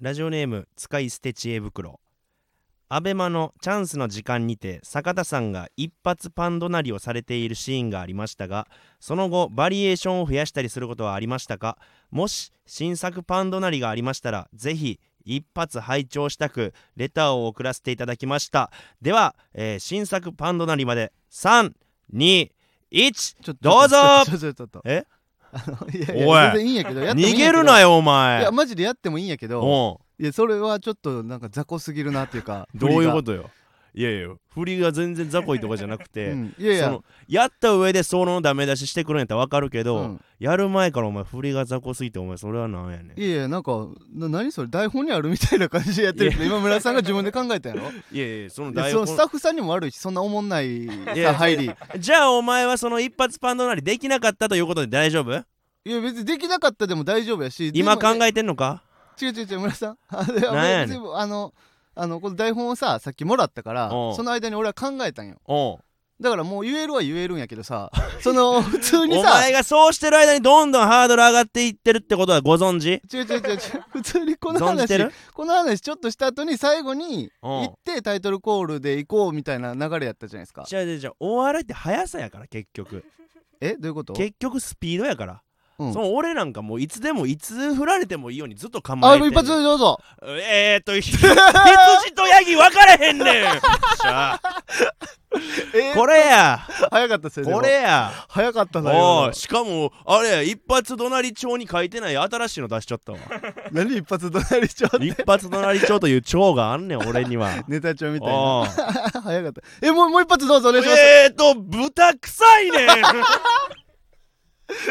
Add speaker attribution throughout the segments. Speaker 1: ラジオネーム使い捨て知恵袋アベマのチャンスの時間にて坂田さんが一発パンドなりをされているシーンがありましたがその後バリエーションを増やしたりすることはありましたかもし新作パンドなりがありましたらぜひ一発拝聴したくレターを送らせていただきましたでは、えー新作パンドなりまで321
Speaker 2: ちょっと
Speaker 1: どうぞ
Speaker 2: ちょっとちょっとちょっと
Speaker 1: え
Speaker 2: いやいや全
Speaker 1: おい
Speaker 2: 然いいんやけどやってもいい
Speaker 1: 逃
Speaker 2: んやけ
Speaker 1: げ
Speaker 2: ど
Speaker 1: るなよお
Speaker 2: い
Speaker 1: 前
Speaker 2: やマジでやってもいいんやけど
Speaker 1: おう
Speaker 2: いやそれはちょっとなんか雑魚すぎるなっていうか、
Speaker 1: どういうこととよいやいや振りが全然雑魚いとかじゃなくて、
Speaker 2: うん、いやいや
Speaker 1: そのやった上でそのダメ出ししてくるんやったら分かるけど、
Speaker 2: うん
Speaker 1: やる前からお前振りが雑魚すぎてお前それはなんやねん
Speaker 2: いやいやなんかな何それ台本にあるみたいな感じでやってる けど今村さんが自分で考えたやろい
Speaker 1: いやいやその
Speaker 2: や
Speaker 1: 台
Speaker 2: その
Speaker 1: 本
Speaker 2: スタッフさんにも悪いしそんなおもんない
Speaker 1: いや
Speaker 2: さ入り
Speaker 1: じゃあお前はその一発パンドなりできなかったということで大丈夫
Speaker 2: いや別にできなかったでも大丈夫やし
Speaker 1: 今考
Speaker 2: え
Speaker 1: えてんのか
Speaker 2: 違う違う違う村さん あれ
Speaker 1: なんやねん
Speaker 2: 全部あのあのこの台本をささっきもらったから
Speaker 1: おう
Speaker 2: その間に俺は考えたんよ
Speaker 1: おう
Speaker 2: だからもう言えるは言えるんやけどさその普通に
Speaker 1: お
Speaker 2: さ
Speaker 1: 前がそうしてる間にどんどんハードル上がっていってるってことはご存知
Speaker 2: 違う違う違う違う普通にこの
Speaker 1: 存じて
Speaker 2: 話
Speaker 1: る
Speaker 2: この話ちょっとした後に最後に
Speaker 1: うん
Speaker 2: 行ってタイトルコールで行こうみたいな流れやったじゃないですか
Speaker 1: じゃあじゃあお笑いって速さやから結局
Speaker 2: えどういうこと
Speaker 1: 結局スピードやから、
Speaker 2: うん
Speaker 1: その俺なんかもういつでもいつ振られてもいいようにずっと構
Speaker 2: あ
Speaker 1: えてんね
Speaker 2: 一
Speaker 1: ん
Speaker 2: 発どうぞ
Speaker 1: えーっと ひ羊とヤギ分かれへんねんし ゃあ
Speaker 2: え
Speaker 1: これや
Speaker 2: 早かったですよ
Speaker 1: これや
Speaker 2: 早かったな
Speaker 1: お
Speaker 2: 今
Speaker 1: いしかもあれ一発隣町に書いてない新しいの出しちゃった わ
Speaker 2: の何一発どなりちょ
Speaker 1: 一発隣町という町があんねん俺には
Speaker 2: ネタ帳みたいな
Speaker 1: おう
Speaker 2: 早かったえもうもう一発どうぞお願いします、
Speaker 1: えーっと豚臭いねん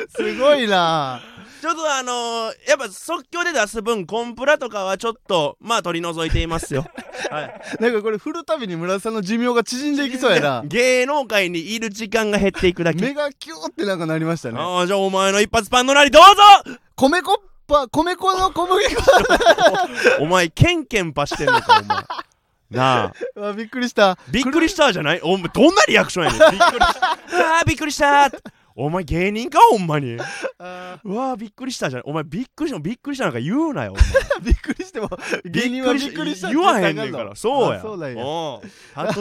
Speaker 2: すごいな
Speaker 1: ちょっとあのー、やっぱ即興で出す分コンプラとかはちょっとまあ取り除いています よ、はい、
Speaker 2: なんかこれ振るたびに村田さんの寿命が縮んでいきそうやな
Speaker 1: 芸能界にいる時間が減っていくだけ
Speaker 2: 目がキューってなんかなりましたね
Speaker 1: ああじゃあお前の一発パンのなりどうぞ
Speaker 2: 米粉っぱ米粉の小麦粉
Speaker 1: お前ケンケンパしてんのかお前なあ
Speaker 2: あびっくりした
Speaker 1: びっくりしたじゃないお前どんなリアクションやねんびっくりした あーびっくりしたお前芸人かほんまに
Speaker 2: あ
Speaker 1: うわーびっくりしたじゃないお前びっくりしたびっくりしたなんか言うなよお前
Speaker 2: ーびっくりしても 芸人はびっくりしたって
Speaker 1: 言
Speaker 2: 言った
Speaker 1: わ
Speaker 2: ら
Speaker 1: へ
Speaker 2: あ
Speaker 1: ん
Speaker 2: か
Speaker 1: ねん
Speaker 2: の
Speaker 1: からそうや
Speaker 2: あそうなんや
Speaker 1: お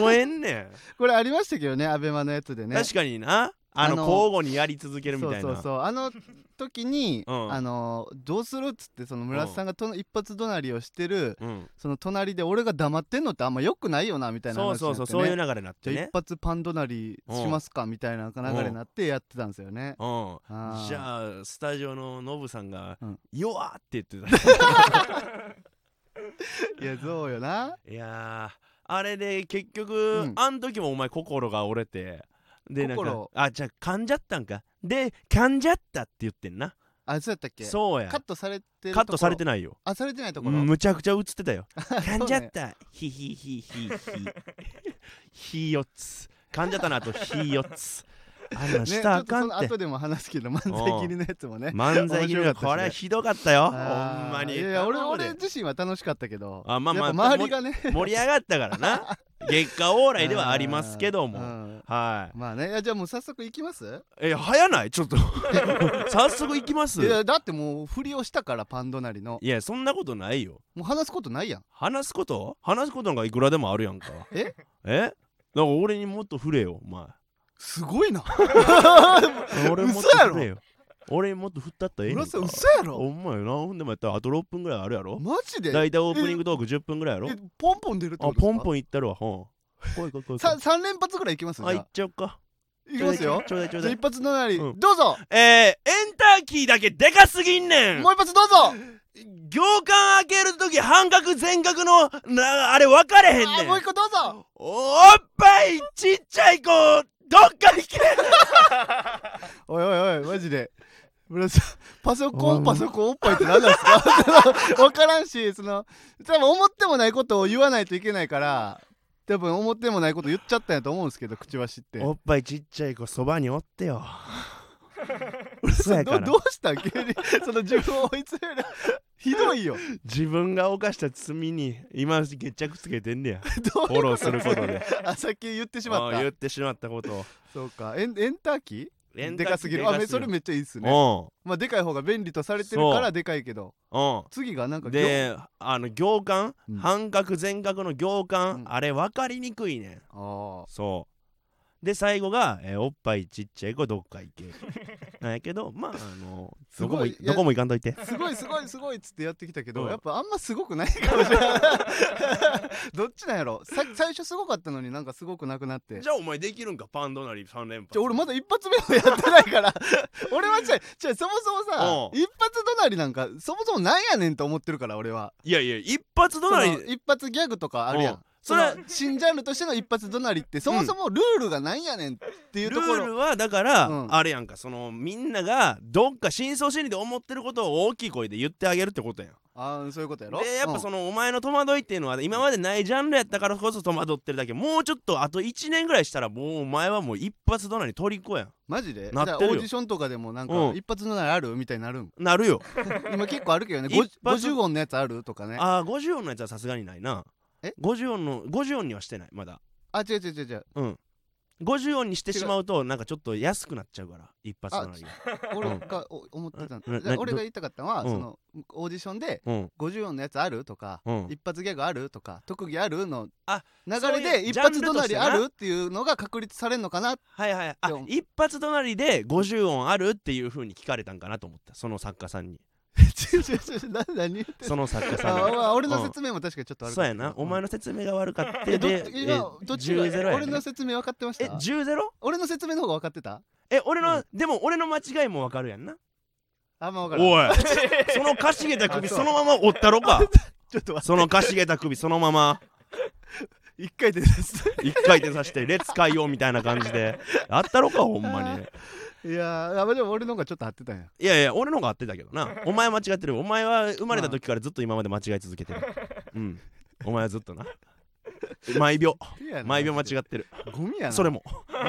Speaker 1: う例え んねん
Speaker 2: これありましたけどねアベマのやつでね
Speaker 1: 確かになあの
Speaker 2: あの
Speaker 1: 交互にやり続けるみたいな
Speaker 2: そうそうそうあの時に、
Speaker 1: うん
Speaker 2: あのどうするっつってその村田さんがと、一発隣をしてる
Speaker 1: うん
Speaker 2: その隣で俺が黙ってんのってあんま良くないよなみたいな話に
Speaker 1: そ
Speaker 2: なっ
Speaker 1: う
Speaker 2: て、
Speaker 1: そ
Speaker 2: ね、
Speaker 1: うそうそういう流れになって
Speaker 2: じゃあ一
Speaker 1: ね
Speaker 2: 発パン隣しますかみたいな流れになってやってたんですよね
Speaker 1: うん
Speaker 2: あー
Speaker 1: じゃあスタジオのノブさんが
Speaker 2: うん
Speaker 1: 「弱っ!」って言ってた
Speaker 2: いやそうよない
Speaker 1: やーあれで結
Speaker 2: う
Speaker 1: 局
Speaker 2: ん
Speaker 1: あん時もお前心が折れてでなんか
Speaker 2: 心
Speaker 1: あじゃあ噛んじゃったんかで噛んじゃったって言ってんな
Speaker 2: あそうやったっけ
Speaker 1: そうや
Speaker 2: カットされてるところ
Speaker 1: カットされてないよ
Speaker 2: あされてないところ、
Speaker 1: むちゃくちゃ映ってた よ
Speaker 2: や
Speaker 1: 噛んじゃったヒヒヒヒ ヒひ4つ噛んじゃったなあとひ4つあんなんし
Speaker 2: ね、
Speaker 1: たらあか
Speaker 2: ちょ
Speaker 1: んっ
Speaker 2: っとその
Speaker 1: て
Speaker 2: 後でも話すけど漫才切りのやつもね
Speaker 1: 漫才劇
Speaker 2: 面白かったしね
Speaker 1: これはひどかったよほん
Speaker 2: あー
Speaker 1: まに
Speaker 2: いやいや俺俺
Speaker 1: 頼むで
Speaker 2: 自身は楽しかったけど
Speaker 1: あまあまあ
Speaker 2: やっぱ周りがね
Speaker 1: 盛り上がったからな月下往来ではありますけども
Speaker 2: うん
Speaker 1: はい
Speaker 2: まあねいやじゃあもう早速行きます
Speaker 1: え早ないちょっ と早速行きます
Speaker 2: いやだってもう振りをしたからパンドなりの
Speaker 1: いやそんなことないよ
Speaker 2: もう話すことないやん
Speaker 1: 話すこと話すことなんかいくらでもあるやんか
Speaker 2: え
Speaker 1: えなんか俺にもっと触れよお前
Speaker 2: すご いな
Speaker 1: 俺もっと
Speaker 2: 嘘やろ
Speaker 1: 触れよ俺にもっと振ったったらええね
Speaker 2: 村
Speaker 1: んか
Speaker 2: 瀬嘘やろ
Speaker 1: お前なほんでもやったらあと6分ぐらいあるやろ
Speaker 2: マジで
Speaker 1: だいたいオープニングトーク10分ぐらいやろ
Speaker 2: えポンポン出るって
Speaker 1: あ
Speaker 2: ことですか
Speaker 1: ポンポンいったるわ ほん来い来い来い来い
Speaker 2: さ三連発ぐらいいきますじゃ
Speaker 1: あ行っ
Speaker 2: あ
Speaker 1: ちゃおうか
Speaker 2: いきますよ
Speaker 1: ちょうだいちょうだいち
Speaker 2: じゃあ
Speaker 1: ょう
Speaker 2: 一発のなりど
Speaker 1: う
Speaker 2: うんぞ
Speaker 1: だいえー、エンターキーだけでかすぎんねん
Speaker 2: もう一発どうぞ
Speaker 1: 行間開けるとき半角全角のなあれ分かれへん
Speaker 2: あ
Speaker 1: ね
Speaker 2: もうん一個どうぞ
Speaker 1: おっぱいちっちゃい子どっかに切れ
Speaker 2: おいおいおいマジで村瀬さんパソコンパソコンおっぱいって何なんですか 分からんしその多分思ってもないことを言わないといけないから多分思ってもないこと言っちゃったんやと思うんですけど口は知って
Speaker 1: おっぱいちっちゃい子そばにおって よ
Speaker 2: そ
Speaker 1: 嘘やか
Speaker 2: ど
Speaker 1: ら
Speaker 2: どうした ん急にその自分を追い詰める ひどいよ
Speaker 1: 自分が犯した罪に今決着つけてんねや
Speaker 2: どう
Speaker 1: フォローすることで
Speaker 2: あさっき言ってしまっ
Speaker 1: あー言
Speaker 2: た
Speaker 1: ってしまったことを
Speaker 2: そうかエンエンターキー
Speaker 1: レンタ
Speaker 2: で
Speaker 1: ル
Speaker 2: かすぎるあめそれめっちゃいいっす
Speaker 1: う
Speaker 2: ね
Speaker 1: ん
Speaker 2: まあでかい方が便利とされてるか
Speaker 1: そ
Speaker 2: らでかいけど
Speaker 1: うん
Speaker 2: 次がなんか
Speaker 1: であの行間、
Speaker 2: うん
Speaker 1: 半角全角の行間、
Speaker 2: うん
Speaker 1: あれ分かりにくいねん
Speaker 2: ぎょあ
Speaker 1: そうで最後が、えーおっぱいちっちゃい子どっか行 け」なんやけどまああの
Speaker 2: す
Speaker 1: どこ
Speaker 2: ご
Speaker 1: も
Speaker 2: いいや
Speaker 1: どこも行かんといて
Speaker 2: ーすごいすごいすごいっつってやってきたけ
Speaker 1: う
Speaker 2: ど
Speaker 1: ん
Speaker 2: やっぱあんますごくないかもしれない どっちなんやろさ最初すごかったのになんかすごくなくなって
Speaker 1: じゃあお前できるんかパンドナリ3連覇
Speaker 2: ちょ俺まだ一発目もやってないから 俺はじゃじゃそもそもさ
Speaker 1: うん
Speaker 2: 一発隣なんかそもそもなんやねんと思ってるから俺はい
Speaker 1: やいや一発ドナ
Speaker 2: その
Speaker 1: リ
Speaker 2: 一発ギャグとかある
Speaker 1: う
Speaker 2: や
Speaker 1: ん
Speaker 2: ん
Speaker 1: そ
Speaker 2: そ
Speaker 1: れ
Speaker 2: れ
Speaker 1: は
Speaker 2: 新ジャンルとしての一発隣ってそもそもルールがなんやねんっていう
Speaker 1: ル
Speaker 2: ところ、
Speaker 1: ールはだから、
Speaker 2: うん
Speaker 1: あれやんかそのみんながどっか深層心理で思ってることを大きい声で言ってあげるってことやん
Speaker 2: ああそういうことやろ
Speaker 1: でやっぱそ
Speaker 2: の、
Speaker 1: の、お前の戸惑いっていうのは今までないジャンルやったからこそ戸惑ってるだけもうちょっとあと1年ぐらいしたらもうお前はもう一発隣虜やん
Speaker 2: マジで
Speaker 1: なってるよ
Speaker 2: じゃあオーディションとかでもなんか
Speaker 1: うん
Speaker 2: 一発隣あるみたいになるん
Speaker 1: なるよ
Speaker 2: 今結構あるけどね
Speaker 1: 一発
Speaker 2: 50音のやつあるとかね
Speaker 1: あ
Speaker 2: あ
Speaker 1: あ50音のやつはさすがにないな
Speaker 2: え
Speaker 1: 50音の50音にはしてないまだ
Speaker 2: 違う違う違う違う
Speaker 1: 50音にして
Speaker 2: 違う
Speaker 1: しまうとなんかちょっと安くなっちゃうから一発隣が
Speaker 2: 俺がお思ってたん
Speaker 1: な
Speaker 2: じゃあ
Speaker 1: な
Speaker 2: 俺が言いたかったのは、
Speaker 1: うん
Speaker 2: そのオーディションで
Speaker 1: うん
Speaker 2: 50音のやつあるとか、
Speaker 1: うん
Speaker 2: 一発ギャグあるとか特技あるの
Speaker 1: あ
Speaker 2: 流れ
Speaker 1: そういう
Speaker 2: で一
Speaker 1: ジャンル
Speaker 2: 発
Speaker 1: として
Speaker 2: 隣
Speaker 1: な
Speaker 2: あるっていうのが確立されるの かな
Speaker 1: はいはいあ
Speaker 2: でも
Speaker 1: 一発隣で50音あるっていう風に聞かれたんかなと思ったその作家さん に
Speaker 2: 違う違う違うな何言ってんの
Speaker 1: その作家
Speaker 2: あ
Speaker 1: さんに
Speaker 2: まあ俺の説明も確かにちょっと悪か
Speaker 1: そ
Speaker 2: っ
Speaker 1: う
Speaker 2: た
Speaker 1: やなお前
Speaker 2: の
Speaker 1: の説明が悪かった
Speaker 2: え
Speaker 1: で
Speaker 2: どっ
Speaker 1: え
Speaker 2: 今どっち
Speaker 1: 10ゼロ
Speaker 2: が
Speaker 1: や
Speaker 2: 俺
Speaker 1: ね
Speaker 2: の説明分かってまし
Speaker 1: え
Speaker 2: た
Speaker 1: 10ゼロ
Speaker 2: 俺の説明の方が分かってた
Speaker 1: え俺の、
Speaker 2: う
Speaker 1: でも俺の間違いもわかるやんな
Speaker 2: あんま分からん
Speaker 1: おいそのかしげた首
Speaker 2: あそう
Speaker 1: そのまま折ったろか
Speaker 2: ちょっと待
Speaker 1: そのかしげた首そのまま
Speaker 2: って一回でです
Speaker 1: 一回転させて列変えようみたいな感じであったろかほんまに
Speaker 2: いやーあまあでも俺の方がちょっと合ってたんや
Speaker 1: いやいや俺の方が合ってたけどなお前間違ってるお前は生まれた時からずっと今まで間違い続けてるうんお前はずっとな毎秒
Speaker 2: いやな
Speaker 1: 毎秒間違ってる
Speaker 2: ゴミやな
Speaker 1: それも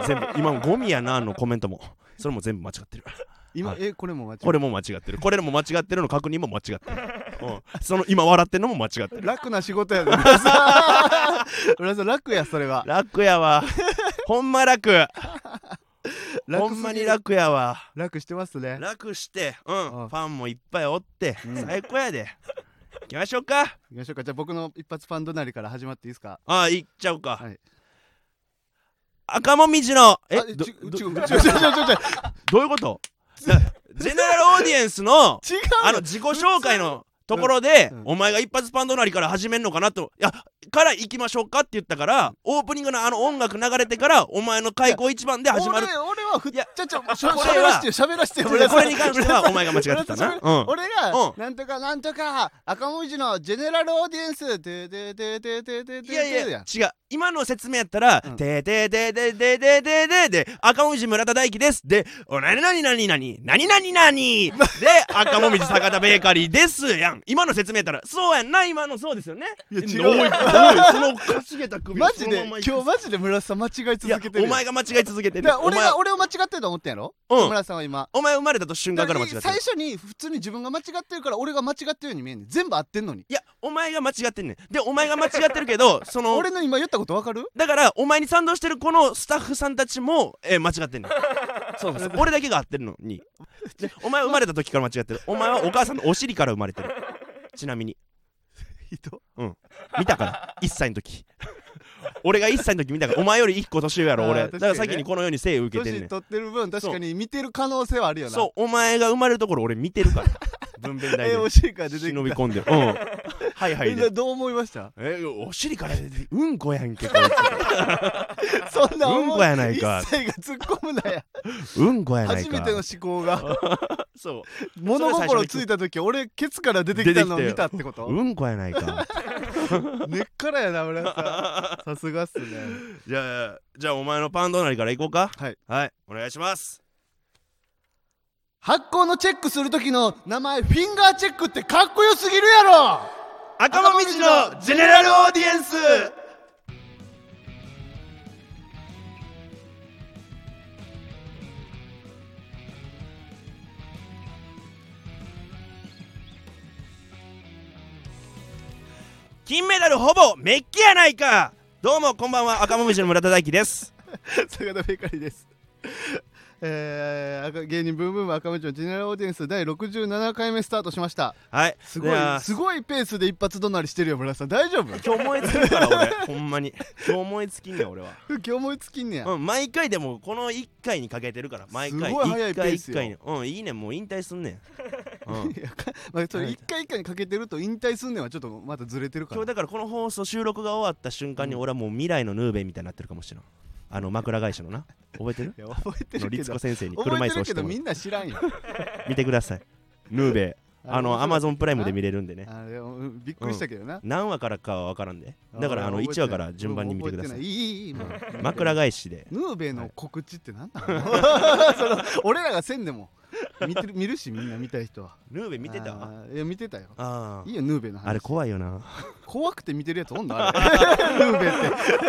Speaker 1: 全部今もゴミやなのコメントもそれも全部間違ってる
Speaker 2: 今、
Speaker 1: はい
Speaker 2: えこれも間違
Speaker 1: これも間違ってるこれも間違ってるの確認も間違ってる、うん、その今笑ってるのも間違ってる
Speaker 2: え楽な仕事やで俺さ楽やそれは
Speaker 1: 楽や わほんま楽
Speaker 2: 楽
Speaker 1: ほ
Speaker 2: すぎる
Speaker 1: んまに楽やわ
Speaker 2: 楽してますね
Speaker 1: 楽してうん
Speaker 2: うん
Speaker 1: ファンもいっぱいおって、
Speaker 2: うん
Speaker 1: 最高やで行きましょうか
Speaker 2: 行きましょうかじゃあ僕の一発パン隣から始まっていいですか
Speaker 1: ああ行っちゃうか、
Speaker 2: はい
Speaker 1: 赤もみじのえ
Speaker 2: あち
Speaker 1: ど
Speaker 2: ち
Speaker 1: ど
Speaker 2: ちょちょちょちょちょちょ
Speaker 1: どういうこと なジェネラルオーディエンスの
Speaker 2: 違う
Speaker 1: あの自己紹介のところで、
Speaker 2: うんうん
Speaker 1: お前が一発パンドなりから始めんのかなといやから行きましょうかって言ったからオープニングのあの音楽流れてからお前の開口一番で始まる
Speaker 2: 俺俺はふ
Speaker 1: いや
Speaker 2: ちょちょしゃ
Speaker 1: こ
Speaker 2: 喋
Speaker 1: れ
Speaker 2: ら
Speaker 1: は
Speaker 2: せてよ喋らせてよ
Speaker 1: これこれに関してはお前が間違ってたな、うん、
Speaker 2: 俺
Speaker 1: うん
Speaker 2: がなんとかなんとか赤文字のジェネラルオーディエンスででででででで
Speaker 1: いやい
Speaker 2: で
Speaker 1: や違う今の説明やったら
Speaker 2: う
Speaker 1: 「
Speaker 2: ん
Speaker 1: てててててててて」で「赤もみじ村田大樹です」で「おなになになになになになになに」で「赤もみじ坂田ベーカリーです」やん今の説明やったら「そうやんな今のそうですよね」
Speaker 2: いや違う
Speaker 1: おいおいそのかしげた首
Speaker 2: マジ
Speaker 1: そ
Speaker 2: で
Speaker 1: のまま
Speaker 2: 今
Speaker 1: 行
Speaker 2: 日マジで村瀬さん間違い
Speaker 1: いや
Speaker 2: 続けてる
Speaker 1: お前
Speaker 2: が
Speaker 1: が間違い続けてるお
Speaker 2: 俺
Speaker 1: 前
Speaker 2: が俺を間違ってると思ってんやろ
Speaker 1: うん
Speaker 2: 村瀬さんは今
Speaker 1: お前生まれたと瞬間から間違って
Speaker 2: 最
Speaker 1: る
Speaker 2: 初に普通に自分が間違ってるから俺が間違ってるように見えんねん全部合ってんのに
Speaker 1: いやお前が間違ってんねんでお前が間違ってるけど その
Speaker 2: 俺の今言ったことわかる
Speaker 1: だからお前に賛同してるこのスタッフさんたちも、えー間違ってんのそうそうそう 俺だけが合ってるのにでお前は生まれた時から間違ってるお前はお母さんのお尻から生まれてるちなみに
Speaker 2: 人
Speaker 1: 見たから1歳の時俺が1歳の時見たからお前より1個年上やろ俺
Speaker 2: あー
Speaker 1: だか
Speaker 2: 確からにね
Speaker 1: 先にこの世に生を受けてんね
Speaker 2: 年取ってる分確かに見てる可能性はあるよ
Speaker 1: ん
Speaker 2: な
Speaker 1: そうお前が生まれるところ俺見てるから 分娩台
Speaker 2: え
Speaker 1: で
Speaker 2: ーお尻から出てき
Speaker 1: 忍び
Speaker 2: た
Speaker 1: 込んでるうん はいは
Speaker 2: み
Speaker 1: い
Speaker 2: ん
Speaker 1: で
Speaker 2: などう思い ました
Speaker 1: えお尻から出てきうんこやんけこい
Speaker 2: そんな思
Speaker 1: うんこやないか
Speaker 2: 一切が突っ込む なや
Speaker 1: つうんこやない
Speaker 2: 初
Speaker 1: か
Speaker 2: めての思考が
Speaker 1: そう
Speaker 2: 物心ついた時俺ケツから出てきたのを見たってこと
Speaker 1: うんこやないか
Speaker 2: 根っからやな村田さんさすがっすね
Speaker 1: じゃあじゃあお前のパンドなりから行こうか
Speaker 2: はい
Speaker 1: はいお願いします
Speaker 2: 発行のチェックする時の名前フィンガーチェックってかっこよすぎるやろ
Speaker 1: 赤
Speaker 2: もみじの
Speaker 1: ジェネラルオーディエンス金メダルほぼメッキやないかどうもこんばんは赤もみじの村田大樹です
Speaker 2: 坂田ベーカリーです えー、赤芸人ブームブーム赤目町ジェネラルオーディエンス第67回目スタートしました
Speaker 1: はい
Speaker 2: すごい
Speaker 1: じゃあ
Speaker 2: すごいペースで一発怒鳴りしてるよ村田さん大丈夫
Speaker 1: 今日思いつくから 俺ほんまに今日思いつきんねん俺は
Speaker 2: 今日思いつきんねや、
Speaker 1: うん毎回でもこの1回にかけてるから毎回
Speaker 2: すごい早いペース
Speaker 1: 1
Speaker 2: よ
Speaker 1: 回1回にうんいいねんもう引退すんねん、うん、
Speaker 2: いやかまあ、それ一回一回にかけてると引退すんねんはちょっとまたずれてるか
Speaker 1: 今
Speaker 2: ら
Speaker 1: 日だからこの放送収録が終わった瞬間に俺はもう未来のヌーベイみたいになってるかもしれないあの枕返しのな覚えてる
Speaker 2: いや覚えて
Speaker 1: の
Speaker 2: るけ
Speaker 1: 律
Speaker 2: ど
Speaker 1: 子先生に
Speaker 2: 覚
Speaker 1: 車
Speaker 2: え
Speaker 1: 椅
Speaker 2: て
Speaker 1: 子
Speaker 2: る
Speaker 1: 押
Speaker 2: け
Speaker 1: して
Speaker 2: ど
Speaker 1: もら
Speaker 2: み
Speaker 1: うん
Speaker 2: な知ら んよ
Speaker 1: 見てくださいヌー ベイあのアマ
Speaker 2: ン
Speaker 1: ゾンプライムで見れるんでね
Speaker 2: あれうんびっくりしたけどな、
Speaker 1: 何話からかは分からんでだからあの
Speaker 2: 俺覚えて
Speaker 1: 1
Speaker 2: な
Speaker 1: 話
Speaker 2: い
Speaker 1: から順番に見てくださ
Speaker 2: 俺も覚えないいいいいいいもう
Speaker 1: 枕返しで
Speaker 2: ヌーベの告知って何なの その俺らがせんでも見てる見るしみんな見たい人は
Speaker 1: ヌーベイ見てたわ
Speaker 2: あーいや見てたよ
Speaker 1: あ
Speaker 2: い
Speaker 1: ー
Speaker 2: いよヌーベの話
Speaker 1: あれ怖いよな
Speaker 2: 怖くて見てるやつおんの あれヌーベっ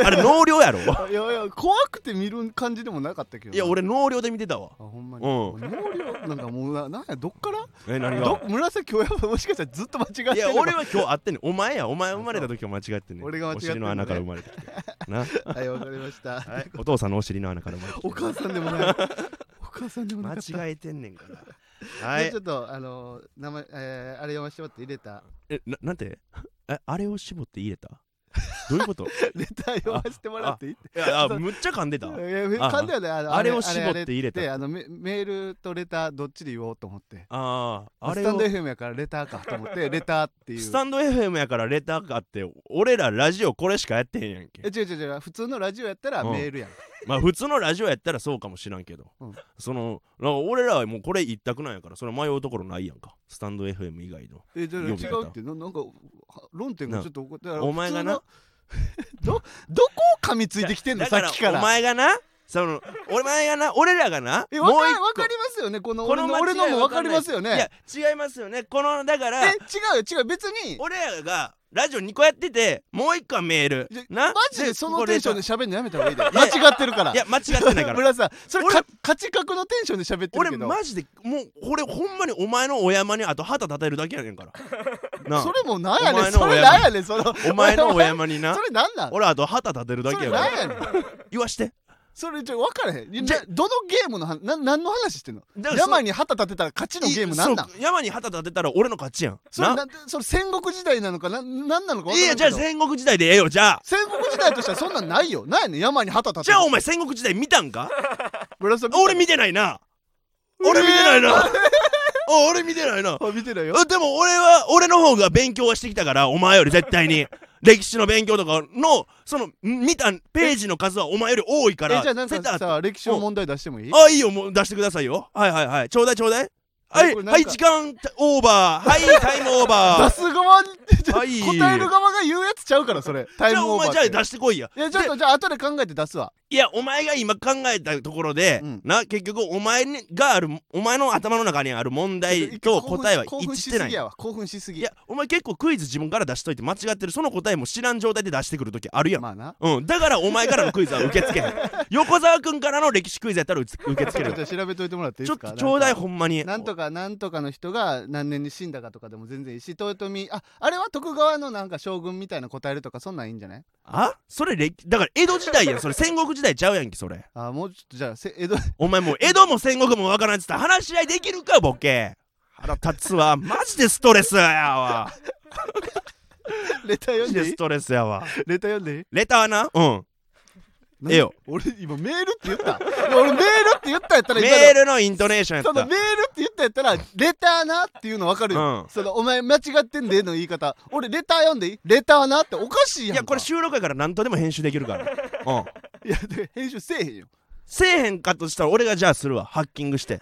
Speaker 1: あれ納涼やろ
Speaker 2: ていやいや怖くて見る感じでもなかったけど
Speaker 1: いや俺納涼で見てたわ
Speaker 2: あほんまに、
Speaker 1: うん
Speaker 2: 能量なんかもうななんやどっから
Speaker 1: え何
Speaker 2: ど
Speaker 1: が
Speaker 2: 紫京山 もしかしたらずっと間違えてる
Speaker 1: いや俺は今日会ってんねんお前やお前生まれた時は間違ってんねん
Speaker 2: 俺が間違ってん
Speaker 1: お
Speaker 2: の
Speaker 1: 尻
Speaker 2: ね
Speaker 1: の穴から生まれてきてな
Speaker 2: はいわかりました、
Speaker 1: お父さんのお尻の穴から生まれてきて
Speaker 2: お母さんでもないお母さんでもな かった
Speaker 1: 間違えてんねんから。
Speaker 2: でちょっとあの名前、えー、あれ読ましてもらって入れた
Speaker 1: え、ななんてえ、あれを絞って入れたどういうこと
Speaker 2: レター読ませてもらっていいって
Speaker 1: いやあ、むっちゃ噛んでた。
Speaker 2: いや
Speaker 1: あ
Speaker 2: 噛んだよねあの
Speaker 1: あれを絞って入れた
Speaker 2: あれあのメメールとレターどっちで言おうと思って
Speaker 1: ああ、あ
Speaker 2: ス
Speaker 1: れ
Speaker 2: タン
Speaker 1: を
Speaker 2: ド。FM やからレターかと 思ってレターっていう
Speaker 1: スタンド FM やからレターかって俺らラジオこれしかやってへんやん
Speaker 2: え
Speaker 1: け
Speaker 2: 違う違う違う普通のラジオやったら
Speaker 1: うん
Speaker 2: メールやん、
Speaker 1: まあ普通のラジオやったらそうかもしらんけど、
Speaker 2: うん
Speaker 1: そのなんか俺らはもうこれ一択なんやからそれ迷うところないやんかスタンド FM 以外の
Speaker 2: えじゃあ違
Speaker 1: 読み方
Speaker 2: うってななんかは論点がちょっと怒って
Speaker 1: お前がな
Speaker 2: どどこを噛みついてきてんの
Speaker 1: だ
Speaker 2: さ
Speaker 1: か
Speaker 2: っ
Speaker 1: ら
Speaker 2: きから
Speaker 1: お前がなそのお前がな俺らがな
Speaker 2: え
Speaker 1: もう
Speaker 2: わか
Speaker 1: 一
Speaker 2: わかりますよねこの俺の
Speaker 1: 間違い
Speaker 2: 俺のもわ
Speaker 1: わ
Speaker 2: かり
Speaker 1: んない
Speaker 2: ますよね
Speaker 1: いや違いますよねこのだか
Speaker 2: え
Speaker 1: ら
Speaker 2: 違うよ違う別に
Speaker 1: 俺らがラジオ2個やっててもう1個はメール
Speaker 2: じゃ
Speaker 1: な
Speaker 2: マジでそのテンションで喋るのやめた方がいいで
Speaker 1: いや
Speaker 2: 間違ってるから
Speaker 1: いや間違っ てないから
Speaker 2: 村さんそれ
Speaker 1: 俺
Speaker 2: か価値格のテンションで喋ってる
Speaker 1: 俺
Speaker 2: けど
Speaker 1: マジでもうこれほんまにお前のお山にあと旗立てるだけやねんから なあ
Speaker 2: それもうなんやねん
Speaker 1: お
Speaker 2: そ
Speaker 1: 前の
Speaker 2: れなんやねんその
Speaker 1: お前のお山に
Speaker 2: そ
Speaker 1: な
Speaker 2: れなんなん
Speaker 1: 俺あと旗立てるだ
Speaker 2: そ
Speaker 1: け
Speaker 2: れ
Speaker 1: やか
Speaker 2: なん
Speaker 1: ら
Speaker 2: やねん
Speaker 1: 言わして
Speaker 2: それちょ分からへん
Speaker 1: じ
Speaker 2: じ
Speaker 1: ゃ
Speaker 2: ゃどのゲームの話な何の話してんの
Speaker 1: だからそ
Speaker 2: 山に旗立てたら勝ちのゲームなんなん
Speaker 1: そう山に旗立てたら俺の勝ちやん
Speaker 2: それ
Speaker 1: な
Speaker 2: なそれ戦国時代なのかななんなのか分からん
Speaker 1: いやじゃあ
Speaker 2: けど
Speaker 1: 戦国時代でええよじゃあ
Speaker 2: 戦国時代としてはそんなんないよなんやねん山に旗立て
Speaker 1: じゃあお前戦国時代見たんか
Speaker 2: 村さん
Speaker 1: 俺見てないな俺見てないなお俺見てないな
Speaker 2: あ見てないよ
Speaker 1: あでも俺は俺の方が勉強はしてきたからお前より絶対 に歴史の勉強とかのそのん見たページの数はお前より多いから
Speaker 2: えじゃあなん
Speaker 1: 絶対あ
Speaker 2: か
Speaker 1: って
Speaker 2: さ歴史の問題出してもいい
Speaker 1: あいいよもう出してくださいよはいはいはいちょうだいちょうだいは
Speaker 2: え
Speaker 1: い
Speaker 2: これなんか
Speaker 1: はい時間オーバーはいタイムオー
Speaker 2: 出
Speaker 1: バー
Speaker 2: す側に
Speaker 1: はい
Speaker 2: 答える側が言うやつちゃうからそれタイ
Speaker 1: じゃ
Speaker 2: ム
Speaker 1: あお
Speaker 2: オーバー
Speaker 1: 前じ
Speaker 2: っ
Speaker 1: ゃあ
Speaker 2: て
Speaker 1: 出してこいや
Speaker 2: いやちょっとじゃあ後で考えて出すわ
Speaker 1: いやお前が今考えたところで、
Speaker 2: うん
Speaker 1: な結局お前にがあるお前の頭の中にある問題と答えは
Speaker 2: 興
Speaker 1: 一致
Speaker 2: 奮
Speaker 1: し
Speaker 2: してす
Speaker 1: ない
Speaker 2: ぎやわ興奮しすぎ
Speaker 1: いやお前結構クイズ自分から出しといて間違ってるその答えも知らん状態で出してくる時あるやん、
Speaker 2: まあな
Speaker 1: うん、だからお前からのクイズは受け付け へん横澤君からの歴史クイズやったら受け受け付け
Speaker 2: ち
Speaker 1: る
Speaker 2: ょっと調べといてもらっていい
Speaker 1: ちょ
Speaker 2: で
Speaker 1: っ
Speaker 2: すか
Speaker 1: とちょうだい
Speaker 2: なんか
Speaker 1: ほんまに
Speaker 2: なんとかなんとかの人が何年に死んだかとかでも全然いいし豊臣ああれは徳川のなんか将軍みたいな答えるとかそんなんいいんじゃない
Speaker 1: あそれ歴だから江戸時代やんそれ戦国時代ちゃうやんけそれ
Speaker 2: あもうちょっとじゃあせ江戸
Speaker 1: お前もう江戸も戦国もわからんっつったら話し合いできるかボケ腹立つわマジでストレスやわ
Speaker 2: レター
Speaker 1: マ
Speaker 2: 読ん
Speaker 1: ジ
Speaker 2: で
Speaker 1: で
Speaker 2: いい
Speaker 1: ストレスやわ
Speaker 2: レター読んでいい
Speaker 1: レターなうんええよ
Speaker 2: 俺今メールって言ったいや俺メールって言ったやったら今の
Speaker 1: メールのイントネーションや
Speaker 2: そ
Speaker 1: っ
Speaker 2: の
Speaker 1: た
Speaker 2: メールって言ったやったらレターなっていうの分かるよ、
Speaker 1: うん
Speaker 2: そのお前間違ってんでの言い方俺レター読んでいいレターなっておかしいやん
Speaker 1: い
Speaker 2: か
Speaker 1: やこれ収録やから何とでも編集できる からうん
Speaker 2: いやで編集せえへんよ
Speaker 1: せえへんかとしたら俺がじゃあするわハッキングして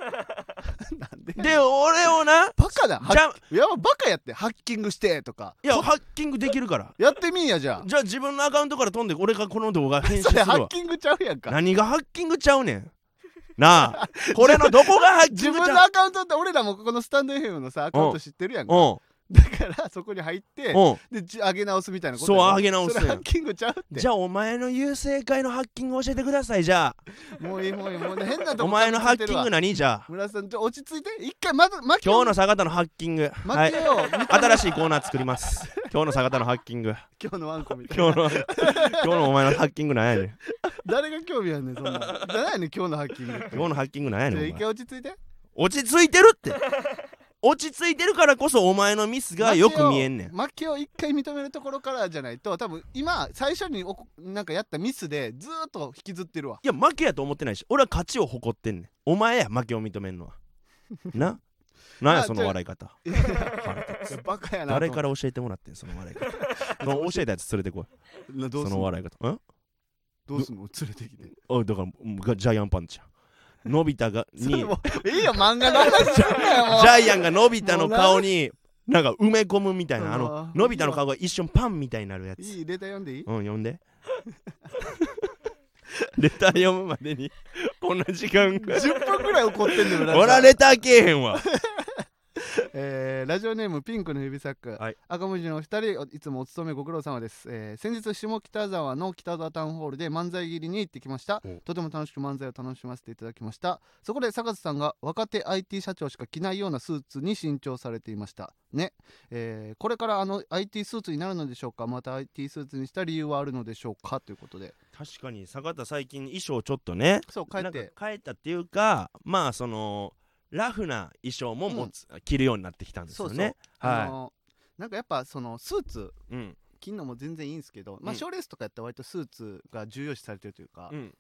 Speaker 2: なんで
Speaker 1: で俺をな
Speaker 2: バカだ
Speaker 1: じゃ
Speaker 2: いやバカやってハッキングしてとか
Speaker 1: いやハッキングできるから
Speaker 2: やってみんやじゃあ
Speaker 1: じゃあ自分のアカウントから飛んで俺がこの動画編集
Speaker 2: そ
Speaker 1: する
Speaker 2: れハ
Speaker 1: わ
Speaker 2: ッキングちゃうやんか
Speaker 1: 何がハッキングちゃうねんな あこれのどこがハッキ
Speaker 2: 自
Speaker 1: ング
Speaker 2: 分
Speaker 1: ち
Speaker 2: の
Speaker 1: ゃう
Speaker 2: アカウントって俺らもここのスタンド FM のさアカウント知ってるやんか
Speaker 1: うん
Speaker 2: だからそこに入って
Speaker 1: うん
Speaker 2: でじ上げ直すみたいなこと
Speaker 1: そう
Speaker 2: やろ
Speaker 1: 上げ直す
Speaker 2: それハッキングちゃうって
Speaker 1: じゃあお前の優勢会のハッキング教えてくださいじゃあ
Speaker 2: もういいもういいもうね変なとこ
Speaker 1: お前のハッキング
Speaker 2: な
Speaker 1: 何じゃあ
Speaker 2: 村瀬さんちょ落ち着いて一回まず負け
Speaker 1: 今
Speaker 2: よ
Speaker 1: 日の坂田のハッキングは
Speaker 2: 負
Speaker 1: い
Speaker 2: けよ、
Speaker 1: 新しいコーナー作ります今日の坂田のハッキング
Speaker 2: 今日のワンコみたいな
Speaker 1: 今日の今日のお前のハッキングなんやねん
Speaker 2: 誰が興味あんねんそんなんじゃないねん今日のハッキングって
Speaker 1: 今日のハッキングなんや
Speaker 2: じゃあ
Speaker 1: ねん
Speaker 2: 一
Speaker 1: お前
Speaker 2: 回落ち着いて
Speaker 1: 落ち着いてるって落ち着いてるからこそお前のミスがよく見えんねん
Speaker 2: 負けを負けを一回認めるところからじゃないと多分今最初におこなんかやったミスでずーっと引きずってるわ
Speaker 1: いや負けやと思ってないし俺は勝ちを誇ってんねんお前や負けを認めんのは ななんやその笑い方
Speaker 2: いやバカやな
Speaker 1: 誰からら教えてもらってんその笑い 方の教えたやつ連れてこい
Speaker 2: どう
Speaker 1: そ
Speaker 2: すん
Speaker 1: の
Speaker 2: の
Speaker 1: 笑い方ん
Speaker 2: どうすんの連れてきて
Speaker 1: おいだからがジャイアンパンチやんのび太 が
Speaker 2: そ
Speaker 1: に
Speaker 2: れ
Speaker 1: ジ
Speaker 2: もういいよ漫画の話しちゃうなよもう
Speaker 1: ャイアンがのび太の顔になんか埋め込むみたいなあ
Speaker 2: う
Speaker 1: の
Speaker 2: わ
Speaker 1: のび太の顔が一瞬パンみたいになるやつ
Speaker 2: いいレター読んでいい
Speaker 1: うん読んで レター読むまでにこんな時間が
Speaker 2: 10分くらい怒ってんねん村田さん
Speaker 1: 俺はレターけえへんわ
Speaker 2: えーラジオネームピンクの指サック、
Speaker 1: はい
Speaker 2: 赤文字のお二人おいつもお勤めご苦労様です、えー先日下北沢の北沢タウンホールで漫才切りに行ってきました
Speaker 1: お
Speaker 2: とても楽しく漫才を楽しませていただきましたそこで坂津さんが若手 IT 社長しか着ないようなスーツに新調されていましたね、えーこれからあの IT スーツになるのでしょうかまた IT スーツにした理由はあるのでしょうかということで
Speaker 1: 確かに坂田最近衣装ちょっとね
Speaker 2: そう
Speaker 1: な
Speaker 2: 帰
Speaker 1: んか
Speaker 2: って
Speaker 1: 変えたっていうかまあそのラフな衣装ももつ、着るようになってきたんですよね
Speaker 2: あ
Speaker 1: は
Speaker 2: のーなんかやっぱそのスーツ
Speaker 1: い、うん
Speaker 2: 着るのも全然いいんですけど、
Speaker 1: う
Speaker 2: まあ、
Speaker 1: ん
Speaker 2: 賞レースとかやったら割とスーツが重要視されてるというか、
Speaker 1: うん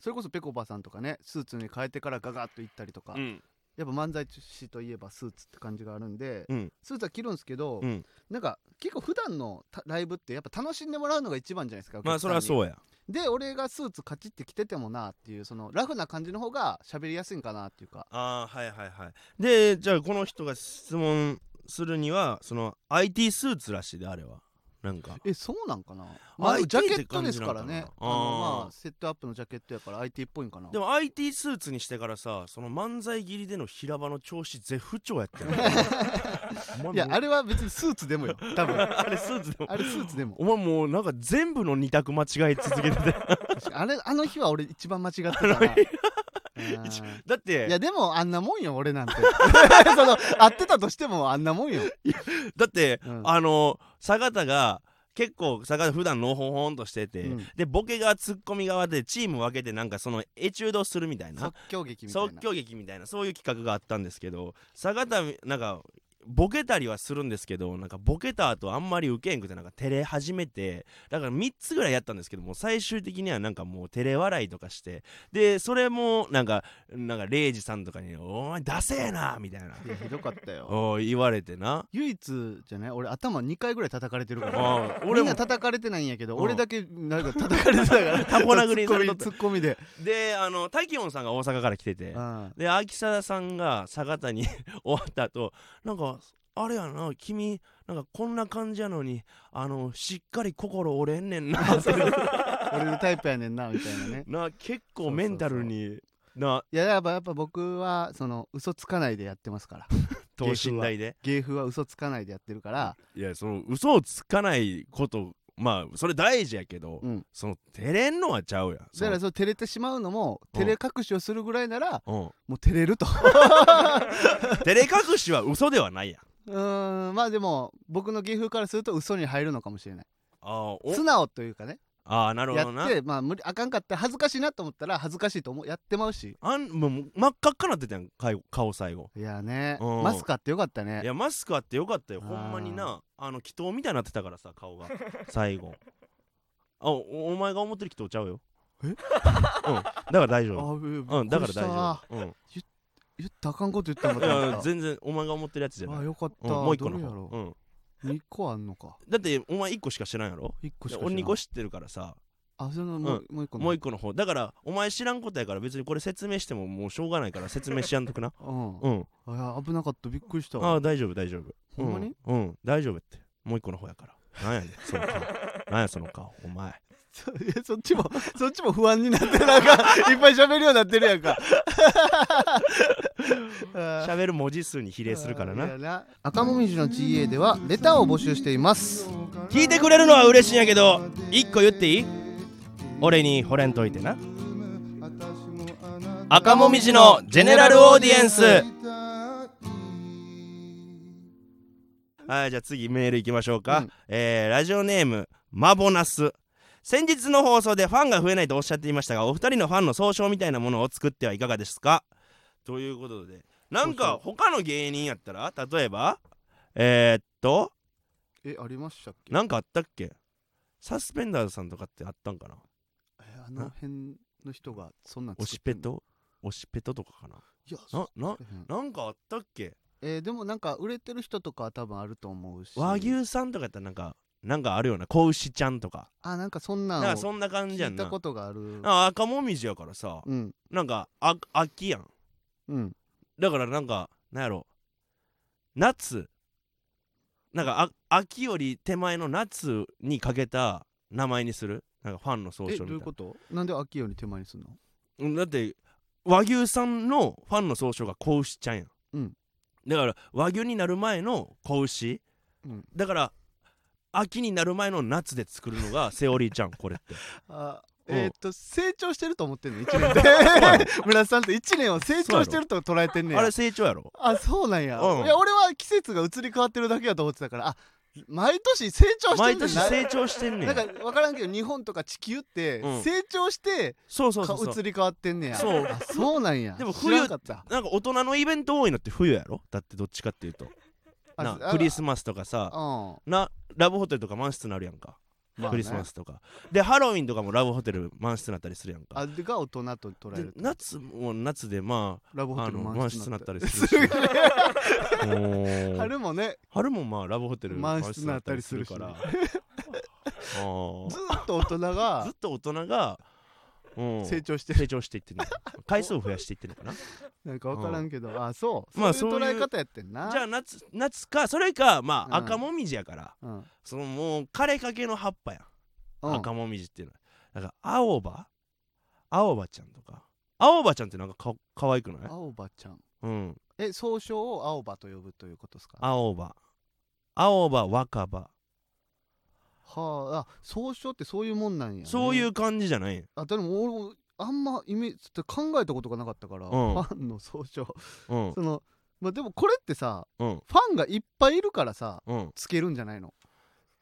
Speaker 2: それこそぺこぱさんとかねスーツに変えてからガガッと行ったりとか、
Speaker 1: うん
Speaker 2: やっぱ漫才師といえばスーツって感じがあるんで、
Speaker 1: うん
Speaker 2: スーツは着るんですけど、
Speaker 1: うん
Speaker 2: なんか結構普段のたライブってやっぱ楽しんでもらうのが一番じゃないですか
Speaker 1: まあそれは
Speaker 2: う
Speaker 1: そうや
Speaker 2: で俺がスーツカチって着ててもなっていうそのラフな感じの方が喋りやすいんかなっていうか
Speaker 1: あーはいはいはいでじゃあこの人が質問するにはその IT スーツらしいであれはなんか
Speaker 2: えそうなんかな、まあ、
Speaker 1: IT
Speaker 2: ジャケットですから
Speaker 1: っ
Speaker 2: ね
Speaker 1: て感じなのかな
Speaker 2: あの
Speaker 1: あー
Speaker 2: まあセットアップのジャケットやから IT っぽいんかな
Speaker 1: でも IT スーツにしてからさその漫才切りでの平場の調子絶不調やったよお前もう
Speaker 2: いやあれは別にスーツでもよ多分
Speaker 1: あれスーツでも
Speaker 2: あれスーツでも
Speaker 1: お前もうなんか全部の二択間違え続 けてて
Speaker 2: あれあの日は俺一番間違ってたなうん
Speaker 1: 一だって
Speaker 2: いやでもあんなもんよ俺なんて その会ってたとしてもあんなもんよ、
Speaker 1: だって、
Speaker 2: うん
Speaker 1: あの坂田が結構坂田普段のほほんとしてて、
Speaker 2: うん
Speaker 1: でボケ側ツッコミ側でチーム分けてなんかそのエチュードするみたいな
Speaker 2: 即興劇みたいな
Speaker 1: 即興劇みたいなそういう企画があったんですけど坂田なんかボケたりはするんですけどなんかボケた後あんまりウケへんくてなんか照れ始めてだから3つぐらいやったんですけども最終的にはなんかもう照れ笑いとかしてでそれもなんかなんかレイジさんとかに「お前ダセえな」みたいない
Speaker 2: やひどかったよ
Speaker 1: おい言われてな
Speaker 2: 唯一じゃない俺頭2回ぐらい叩かれてるから
Speaker 1: あ
Speaker 2: 俺
Speaker 1: 俺
Speaker 2: みん
Speaker 1: も
Speaker 2: な叩かれてないんやけど、
Speaker 1: うん
Speaker 2: 俺だけなんか叩かれてたから
Speaker 1: タコ殴りに
Speaker 2: ツ
Speaker 1: されとっ
Speaker 2: ッコ
Speaker 1: た
Speaker 2: ミツッコミで、
Speaker 1: であのタキオンさんが大阪から来てて
Speaker 2: うん
Speaker 1: で秋貞さんが坂田に 終わった後なんかあれやな君なんかこんな感じやのにあのしっかり心折れんねん な
Speaker 2: 俺のタイプやねんなみたいなね
Speaker 1: な結構メンタルにない
Speaker 2: ややっぱやっぱ僕はその嘘つかないでやってますから
Speaker 1: 等身大で
Speaker 2: 芸風は嘘つかないでやってるから、
Speaker 1: いやその嘘をつかないことまあそれ大事やけど、
Speaker 2: うん、
Speaker 1: その照れんのはちゃうやんそ
Speaker 2: だから
Speaker 1: の
Speaker 2: そう照れてしまうのも
Speaker 1: うん
Speaker 2: 照れ隠しをするぐらいなら
Speaker 1: うん、
Speaker 2: もう照れ ると
Speaker 1: 照れ隠しは嘘ではないやん
Speaker 2: うーんまあでも僕の芸風からすると嘘に入るのかもしれない
Speaker 1: あーお
Speaker 2: 素直というかね
Speaker 1: あーなるほ
Speaker 2: や
Speaker 1: どな
Speaker 2: ってまあ無理あかんかった恥ずかしいなと思ったら恥ずかしいと思うやってまうし
Speaker 1: あんもう真っ赤っかなってたやん顔顔最後
Speaker 2: いやね
Speaker 1: うん
Speaker 2: マスカってよかったね
Speaker 1: いやマスクあってよかったよ
Speaker 2: あー
Speaker 1: ほんまになあの祈祷みたいになってたからさ顔が最後あおお前が思ってる祈祷ちゃうよ
Speaker 2: え
Speaker 1: うんだから大丈
Speaker 2: あ
Speaker 1: 夫うんだから大
Speaker 2: 夫
Speaker 1: 丈夫うん
Speaker 2: 言ったらあかんこと言ったん
Speaker 1: い
Speaker 2: かと思っ
Speaker 1: や
Speaker 2: た
Speaker 1: 全然お前が思ってるやつじゃない
Speaker 2: あよかった、
Speaker 1: うんもう一個の
Speaker 2: どれや
Speaker 1: 方
Speaker 2: ろ
Speaker 1: うん
Speaker 2: う、2個あんのか
Speaker 1: だってお前1個しか知らんやろ
Speaker 2: 1個し
Speaker 1: で
Speaker 2: か
Speaker 1: 俺2個
Speaker 2: し
Speaker 1: 知ってるからさ
Speaker 2: あそのもう,、もう1個の
Speaker 1: もう1個の方だからお前知らんことやから別にこれ説明してももうしょうがないから説明しやんとくな
Speaker 2: うん
Speaker 1: うん
Speaker 2: いや危なかったびっくりした
Speaker 1: あ
Speaker 2: わ
Speaker 1: あ大丈夫大丈夫
Speaker 2: ほんまに
Speaker 1: うん、うん大丈夫ってもう一個の方やからなんやねんその顔なんやその顔お前
Speaker 2: そいやそっちもそっちも不安になってなんかい っぱい喋るようになってるやん かあー
Speaker 1: 喋る文字数に比例するから
Speaker 2: い
Speaker 1: な
Speaker 2: や赤もみじの GA ではレターを募集しています
Speaker 1: 聞いてくれるのは嬉しいんやけど一個言っていい俺に惚れんといてな赤もみじのジェネラルオーディエンスはいじゃあ次メールいきましょうか、
Speaker 2: うん
Speaker 1: えーラジオネームマボナス先日の放送でファンが増えないとおっしゃっていましたがお二人のファンの総称みたいなものを作ってはいかがですかということでなんか他の芸人やったら例えばえー、っと
Speaker 2: えありましたっけ
Speaker 1: なんかあったっけサスペンダーズさんとかってあったんかな
Speaker 2: えあの辺の人がそんなん
Speaker 1: オ
Speaker 2: 作
Speaker 1: シ
Speaker 2: って
Speaker 1: ペ
Speaker 2: んの
Speaker 1: トオシペトとかかない
Speaker 2: や
Speaker 1: な
Speaker 2: そ
Speaker 1: な
Speaker 2: うう
Speaker 1: な
Speaker 2: ん
Speaker 1: んかあったっけ
Speaker 2: えーでもなんか売れてる人とかは多分あると思うし
Speaker 1: 和牛さんとかやったらなんかなんかあるような子牛ちゃんとか
Speaker 2: あなんかそんな
Speaker 1: なん
Speaker 2: ん
Speaker 1: かそ
Speaker 2: を
Speaker 1: んな感じや
Speaker 2: 聞
Speaker 1: ん
Speaker 2: い
Speaker 1: な
Speaker 2: たことがある
Speaker 1: なんか赤もみじやからさ
Speaker 2: うん
Speaker 1: なんかあ秋やん
Speaker 2: うん
Speaker 1: だからなんかなんやろ夏なんかあ秋より手前の夏にかけた名前にするなんかファンの総
Speaker 2: え
Speaker 1: 称
Speaker 2: ど
Speaker 1: みたいう
Speaker 2: うい
Speaker 1: な
Speaker 2: ことなんで秋より手前にすんの
Speaker 1: うんだって和牛さんのファンの総称が子牛ちゃんやん、
Speaker 2: うん
Speaker 1: だから和牛になる前の子牛、
Speaker 2: うん
Speaker 1: だから秋になる前の夏で作るのがセオリーちゃんこれって
Speaker 2: あ
Speaker 1: うん
Speaker 2: えーっと成長してると思ってんの1 年
Speaker 1: や
Speaker 2: で 村田さんって1年を成長してると捉えてんね
Speaker 1: あ
Speaker 2: や
Speaker 1: れ成長やろ
Speaker 2: あそうなんや,、
Speaker 1: うん
Speaker 2: いや俺は季節が移り変わってるだけやと思ってたからあ毎年成長して
Speaker 1: 毎
Speaker 2: んね
Speaker 1: 年
Speaker 2: んな
Speaker 1: 成長してんねん
Speaker 2: なんか分からんけど日本とか地球って
Speaker 1: うん
Speaker 2: 成長して
Speaker 1: そうそうそ
Speaker 2: か
Speaker 1: うそう
Speaker 2: 移り変わってんねや、
Speaker 1: そう
Speaker 2: あそうなんや
Speaker 1: でも
Speaker 2: 知らんかった
Speaker 1: なんか大人のイベント多いのって冬やろだってどっちかっていうと
Speaker 2: あ
Speaker 1: な
Speaker 2: あ
Speaker 1: クリスマスとか
Speaker 2: う
Speaker 1: さ
Speaker 2: ん
Speaker 1: なラブホテルとか満室になるやんか、
Speaker 2: まあね
Speaker 1: クリスマスとかでハロウィンとかもラブホテル満室になったりするやんか
Speaker 2: あれが大人と捉え
Speaker 1: で
Speaker 2: る
Speaker 1: 夏も夏でまあ
Speaker 2: ラブホ
Speaker 1: あ
Speaker 2: テル
Speaker 1: の
Speaker 2: 満
Speaker 1: 満
Speaker 2: 室
Speaker 1: 室に
Speaker 2: に
Speaker 1: な
Speaker 2: なっ
Speaker 1: ったた
Speaker 2: り
Speaker 1: り
Speaker 2: す
Speaker 1: す
Speaker 2: る
Speaker 1: る
Speaker 2: し
Speaker 1: し
Speaker 2: 春もね
Speaker 1: 春もまあラブホテル
Speaker 2: 満室になったりするし
Speaker 1: からあ
Speaker 2: ず
Speaker 1: ー
Speaker 2: ーっと大人
Speaker 1: ずっ
Speaker 2: が
Speaker 1: と大人が、うん、
Speaker 2: 成長して
Speaker 1: 成長していってんの回数を増やしていってんのかな
Speaker 2: なんか分からんけど、あそう、
Speaker 1: まあ
Speaker 2: そうい
Speaker 1: そ
Speaker 2: う
Speaker 1: う
Speaker 2: 捉
Speaker 1: い
Speaker 2: え
Speaker 1: う
Speaker 2: 方やってんな
Speaker 1: じゃあ夏夏かそれかまあ
Speaker 2: うん
Speaker 1: 赤もみじやから、
Speaker 2: うん
Speaker 1: そのもう枯れかけの葉っぱやん、
Speaker 2: うん、
Speaker 1: 赤もみじっていうのはだから青葉青葉ちゃんとか青葉ちゃんってなんかか可愛くない
Speaker 2: 青葉ちゃん
Speaker 1: うん
Speaker 2: え総称を青葉と呼ぶということですかは
Speaker 1: 青葉青葉若葉
Speaker 2: ああ総称ってそういうもんなんや、ね、
Speaker 1: そういう感じじゃない
Speaker 2: あでも俺もあんまイメージちょっと考えたことがなかったから、
Speaker 1: ん
Speaker 2: ファンの総称
Speaker 1: うん
Speaker 2: そのまあでもこれってさ
Speaker 1: うん
Speaker 2: ファンがいっぱいいるからさ
Speaker 1: うん
Speaker 2: つけるんじゃないの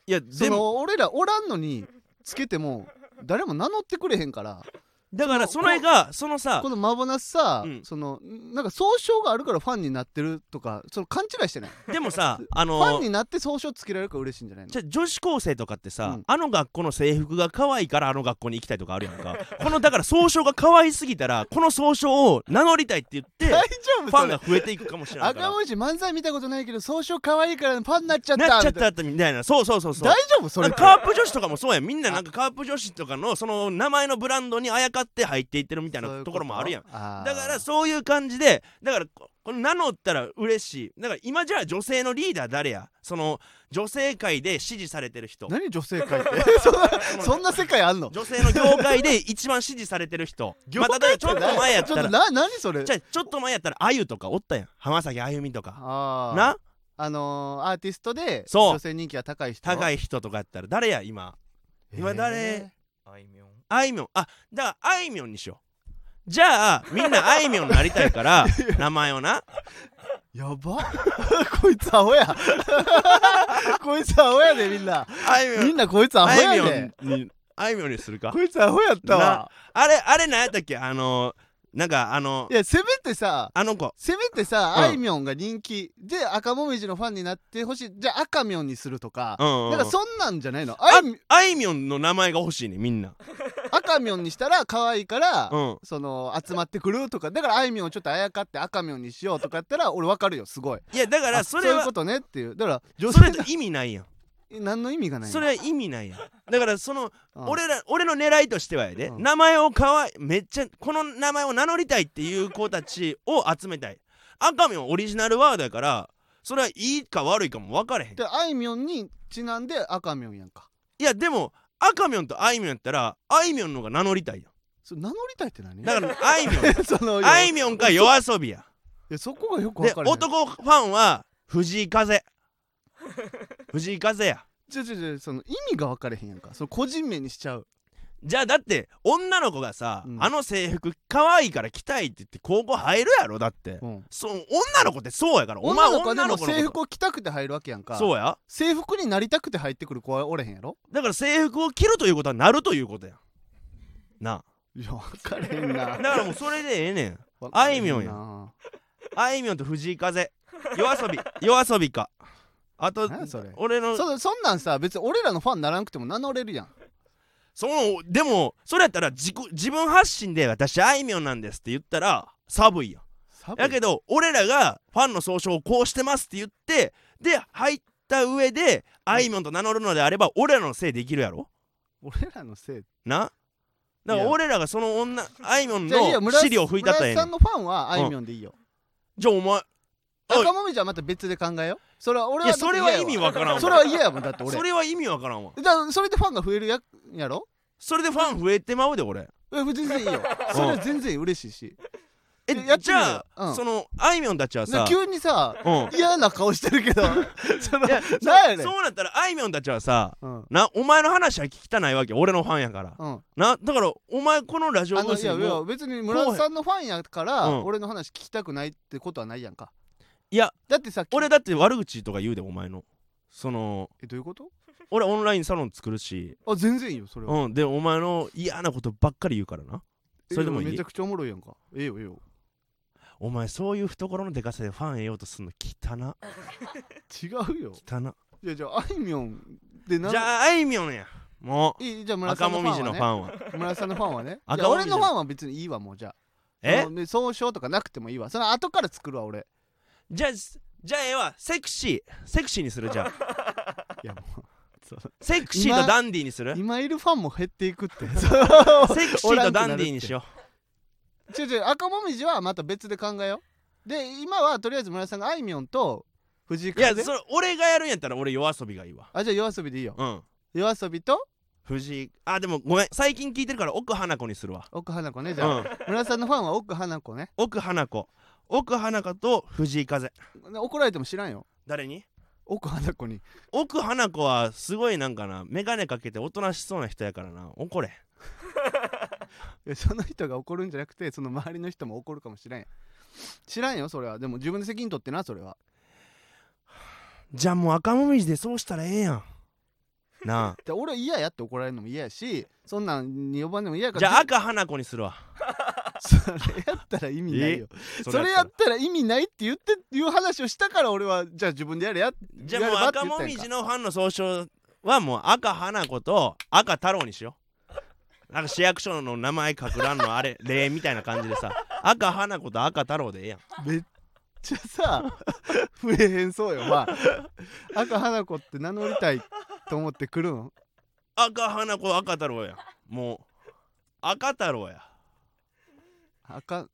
Speaker 1: いや
Speaker 2: そ
Speaker 1: でも
Speaker 2: の俺らおらんのにつけても誰も名乗ってくれへんから
Speaker 1: だからそれがそのさ
Speaker 2: このマボナスさ、
Speaker 1: うん
Speaker 2: そのなんか総称があるからファンになってるとかその勘違いしてない
Speaker 1: でも さあ
Speaker 2: ファ
Speaker 1: の
Speaker 2: ンになって総称つけられるから嬉しいんじゃないの
Speaker 1: じゃ女子高生とかってさ、
Speaker 2: うん
Speaker 1: あの学校の制服が可愛いからあの学校に行きたいとかあるやんかこのだから総称が可愛すぎたらこの総称を名乗りたいって言 って
Speaker 2: 大丈夫
Speaker 1: フ
Speaker 2: そ
Speaker 1: ァン
Speaker 2: れ
Speaker 1: が増えていくかもしれないから
Speaker 2: 赤文字漫才見たことないけど総称可愛いからファンになっちゃった
Speaker 1: なっちゃっ
Speaker 2: みたい
Speaker 1: たってみたいなそうそうそうそう
Speaker 2: な大丈夫それ
Speaker 1: なん
Speaker 2: って
Speaker 1: かカープ女子とかもそうやんみんななんかカープ女子とかのその名前のブランドにあやかって入っていってるみたい
Speaker 2: そういう
Speaker 1: なところもあるやん
Speaker 2: あー
Speaker 1: だからそういう感じでだからここれ名乗ったら嬉しいだから今じゃあ女性のリーダー誰やその女性界で支持されてる人
Speaker 2: 何女性会 ってそんなそんな世界あんの
Speaker 1: 女性の業界で一番支持されてる人
Speaker 2: 業
Speaker 1: ま
Speaker 2: 界
Speaker 1: あ例えばちょっと前やっ
Speaker 2: ちょ
Speaker 1: た
Speaker 2: っと
Speaker 1: ら
Speaker 2: な何それ
Speaker 1: じゃあちょっと前やったらあゆとかおったやん浜崎あゆみとか
Speaker 2: あー
Speaker 1: な
Speaker 2: あのー、アーティストで
Speaker 1: そう
Speaker 2: 女性人気が高い人
Speaker 1: 高い
Speaker 2: い
Speaker 1: 人とかやったら誰や今今誰
Speaker 3: あいみょん
Speaker 1: あいみょんあだからあいみょんにしようじゃあみんなあいみょんになりたいから 名前をな
Speaker 2: やば こいつアホや こいつアホやでみんな
Speaker 1: あいみょ
Speaker 2: みん
Speaker 1: ん
Speaker 2: なこいつアホ
Speaker 1: あいみ
Speaker 2: や
Speaker 1: ょ
Speaker 2: で
Speaker 1: んにあいみょんにするか
Speaker 2: こいつアホやったわ
Speaker 1: あれあれ何やったっけあのなんかあの
Speaker 2: いやせめてさ
Speaker 1: あの子
Speaker 2: せめてさ、
Speaker 1: うん
Speaker 2: あいみょんが人気で赤もみじのファンになってほしいじゃあ赤みょんにするとか、
Speaker 1: うんうんうん
Speaker 2: なんかそんなんじゃないのあ
Speaker 1: あ
Speaker 2: いみ
Speaker 1: あいみょんの名前が欲しいねみんな
Speaker 2: 赤みょんにしたら可愛いから、
Speaker 1: うん
Speaker 2: その集まってくるとかだからあいみょんをちょっとあやかって赤みょんにしようとかやったら俺わかるよすごい
Speaker 1: いやだか
Speaker 2: あ
Speaker 1: らそれ
Speaker 2: ういう
Speaker 1: は
Speaker 2: ことねっていうだから女
Speaker 1: それ
Speaker 2: 性
Speaker 1: と意味ないやん
Speaker 2: 何の意味が ないの
Speaker 1: それは意味ないやんだからその
Speaker 2: うん
Speaker 1: 俺ら俺の狙いとしてはやで
Speaker 2: うん
Speaker 1: 名前をかわいめっちゃこの名前を名乗りたいっていう子たちを集めたい赤みはオリジナルワードやからそれはいいか悪いかも分かれへん
Speaker 2: であいみょんにちなんで赤みょんやんか
Speaker 1: いやでも赤みょんとあいみょんやったらあいみょんの方が名乗りたいやん
Speaker 2: それ名乗りたいって何
Speaker 1: だからあいみょん
Speaker 2: そのいや
Speaker 1: あいみょんか夜遊びや
Speaker 2: いやそこがよく分
Speaker 1: で
Speaker 2: かる、ね、
Speaker 1: 男ファンは藤井風 藤井風や
Speaker 2: ちょちょちょその意味が分かれへんやんかその個人名にしちゃう
Speaker 1: じゃあだって女の子がさ、
Speaker 2: うん
Speaker 1: あの制服可愛いから着たいって言って高校入るやろだって、
Speaker 2: うん
Speaker 1: そう女の子ってそうやからお前
Speaker 2: 女の子は
Speaker 1: 女
Speaker 2: で
Speaker 1: の
Speaker 2: も
Speaker 1: 子の
Speaker 2: 制
Speaker 1: こ
Speaker 2: 服を着たくて入るわけやん
Speaker 1: と
Speaker 2: か
Speaker 1: そうや
Speaker 2: 制服になりたくて入ってくる子はおれへんやろ
Speaker 1: だから制服を着るということはなるということやんない
Speaker 2: や分かれへんな
Speaker 1: あだからもうそれでええねん
Speaker 2: 分かれへ
Speaker 1: あいみょん
Speaker 2: な
Speaker 1: あいみょんと藤井風夜遊び夜遊びかあと
Speaker 2: 何やそれ
Speaker 1: 俺のそ
Speaker 2: そそんなんさ別に俺らのファンならんくても名乗れるやん
Speaker 1: のでもそれやったら自己自分発信で私あいみょんなんですって言ったら寒いやんやけ
Speaker 2: ど
Speaker 1: ど俺らがファンの総称をこうしてますって言ってで入った上であいみょんと名乗るのであれば俺らのせいできるやろ
Speaker 2: 俺らのせい
Speaker 1: なだから
Speaker 2: いや
Speaker 1: 俺らがその女あいみょん
Speaker 2: じゃあいいよ
Speaker 1: の
Speaker 2: 村
Speaker 1: 尻を拭いたったらええね
Speaker 2: 村さ
Speaker 1: ん
Speaker 2: んのファンはあいみょんでいいよ、
Speaker 1: じゃあお前おい
Speaker 2: 赤もみじゃまた別で考えようそれは
Speaker 1: い
Speaker 2: 俺は
Speaker 1: やそれは意味わからんわ
Speaker 2: それは嫌やもんだって俺
Speaker 1: それは意味わからんわ
Speaker 2: だからそれでファンが増えるややろ
Speaker 1: それでファン増えてまうで俺
Speaker 2: え全然いいよそれは全然嬉しいし
Speaker 1: え
Speaker 2: ややって
Speaker 1: じ
Speaker 2: みよう
Speaker 1: ゃあ、
Speaker 2: うん
Speaker 1: そのあいみょんたちはさ
Speaker 2: で急にさ
Speaker 1: うんい
Speaker 2: 嫌な顔して るけどその
Speaker 1: や
Speaker 2: なんやねん
Speaker 1: そうなったらあいみょんたちはさ
Speaker 2: うん
Speaker 1: なお前の話は聞きたないわけ俺のファンやから
Speaker 2: うん
Speaker 1: なだからお前このラジオ
Speaker 2: あ
Speaker 1: ブ
Speaker 2: の
Speaker 1: ー
Speaker 2: い
Speaker 1: スに
Speaker 2: や
Speaker 1: も
Speaker 2: いや別に村田さんのファンやから
Speaker 1: うん
Speaker 2: 俺の話聞きたくないってことはないやんか
Speaker 1: いや
Speaker 2: だってさ
Speaker 1: 俺だって悪口とか言うでお前のその
Speaker 2: えどういうこと
Speaker 1: 俺オンラインサロン作るし
Speaker 2: あ全然いいよそれは
Speaker 1: うんでお前の嫌なことばっかり言うからなそれでもい
Speaker 2: えめ
Speaker 1: い
Speaker 2: ちゃくちゃおもろいやんかええよええよ
Speaker 1: お前そういう懐のでかさでファン得ようとすんの汚な
Speaker 2: 違うよ
Speaker 1: 汚ない
Speaker 2: やじゃああいみょんでな
Speaker 1: じゃああいみょんやも
Speaker 2: いいじゃあ
Speaker 1: う
Speaker 2: 村田さ
Speaker 1: 赤
Speaker 2: んの
Speaker 1: も
Speaker 2: ファ
Speaker 1: み
Speaker 2: ン
Speaker 1: じ
Speaker 2: は
Speaker 1: の
Speaker 2: ね
Speaker 1: ファンは
Speaker 2: 村田さんのファンはね
Speaker 1: 赤
Speaker 2: いや
Speaker 1: もみ
Speaker 2: 俺
Speaker 1: じ
Speaker 2: のファンは別にいいわもうじゃあ
Speaker 1: え
Speaker 2: そのね総称とかなくてもいいわその後から作るわ俺
Speaker 1: じゃあじゃあええわセクシーセクシーにするじゃあ
Speaker 2: いやもう
Speaker 1: セクシーとダンディーにする
Speaker 2: 今いるファンも減っていくっ
Speaker 1: セ
Speaker 2: て
Speaker 1: クシーとダンディーにしよ
Speaker 2: ちょちょ赤もみじはまた別で考えようで今はとりあえず村田さんがあいみょんと藤井
Speaker 1: ういや
Speaker 2: 風
Speaker 1: それ俺がやるんやったら俺夜遊びがいいわ
Speaker 2: あじゃあ夜遊びでいいよ
Speaker 1: うん
Speaker 2: 夜遊びと
Speaker 1: 藤井あでもごめん最近聞いてるから奥花子にするわ
Speaker 2: 奥花子ねじ
Speaker 1: う
Speaker 2: ゃあ、
Speaker 1: ん
Speaker 2: 村田さんのファンは奥花子ね
Speaker 1: 奥花子奥花子と藤井風
Speaker 2: 怒られても知らんよ
Speaker 1: 誰に
Speaker 2: 奥花子に
Speaker 1: 奥花子はすごいなんかな眼鏡かけておとなしそうな人やからな怒れ
Speaker 2: いやその人が怒るんじゃなくてその周りの人も怒るかもしれんやん知らんよそれはでも自分で責任取ってなそれは
Speaker 1: じゃあもう赤もみじでそうしたらええやんな
Speaker 2: で俺嫌やって怒られるのも嫌やしそんなんに呼ばんでも嫌や
Speaker 1: あ
Speaker 2: か
Speaker 1: じゃあ
Speaker 2: ら
Speaker 1: 赤花子にするわ
Speaker 2: じゃあ それやったら意味ないよそれやったら意味ないって言っていう話をしたから俺はじゃあ自分でやれや
Speaker 1: じゃあもう赤もみじのファンの総称はもう赤花子と赤太郎にしようなんか市役所の名前書く欄のあれ 例みたいな感じでさ赤花子と赤太郎でええやん
Speaker 2: めっちゃさ 増えへんそうよまあ赤花子って名乗りたいと思って来るの
Speaker 1: 赤花子赤太郎やんもう赤太郎や
Speaker 2: 赤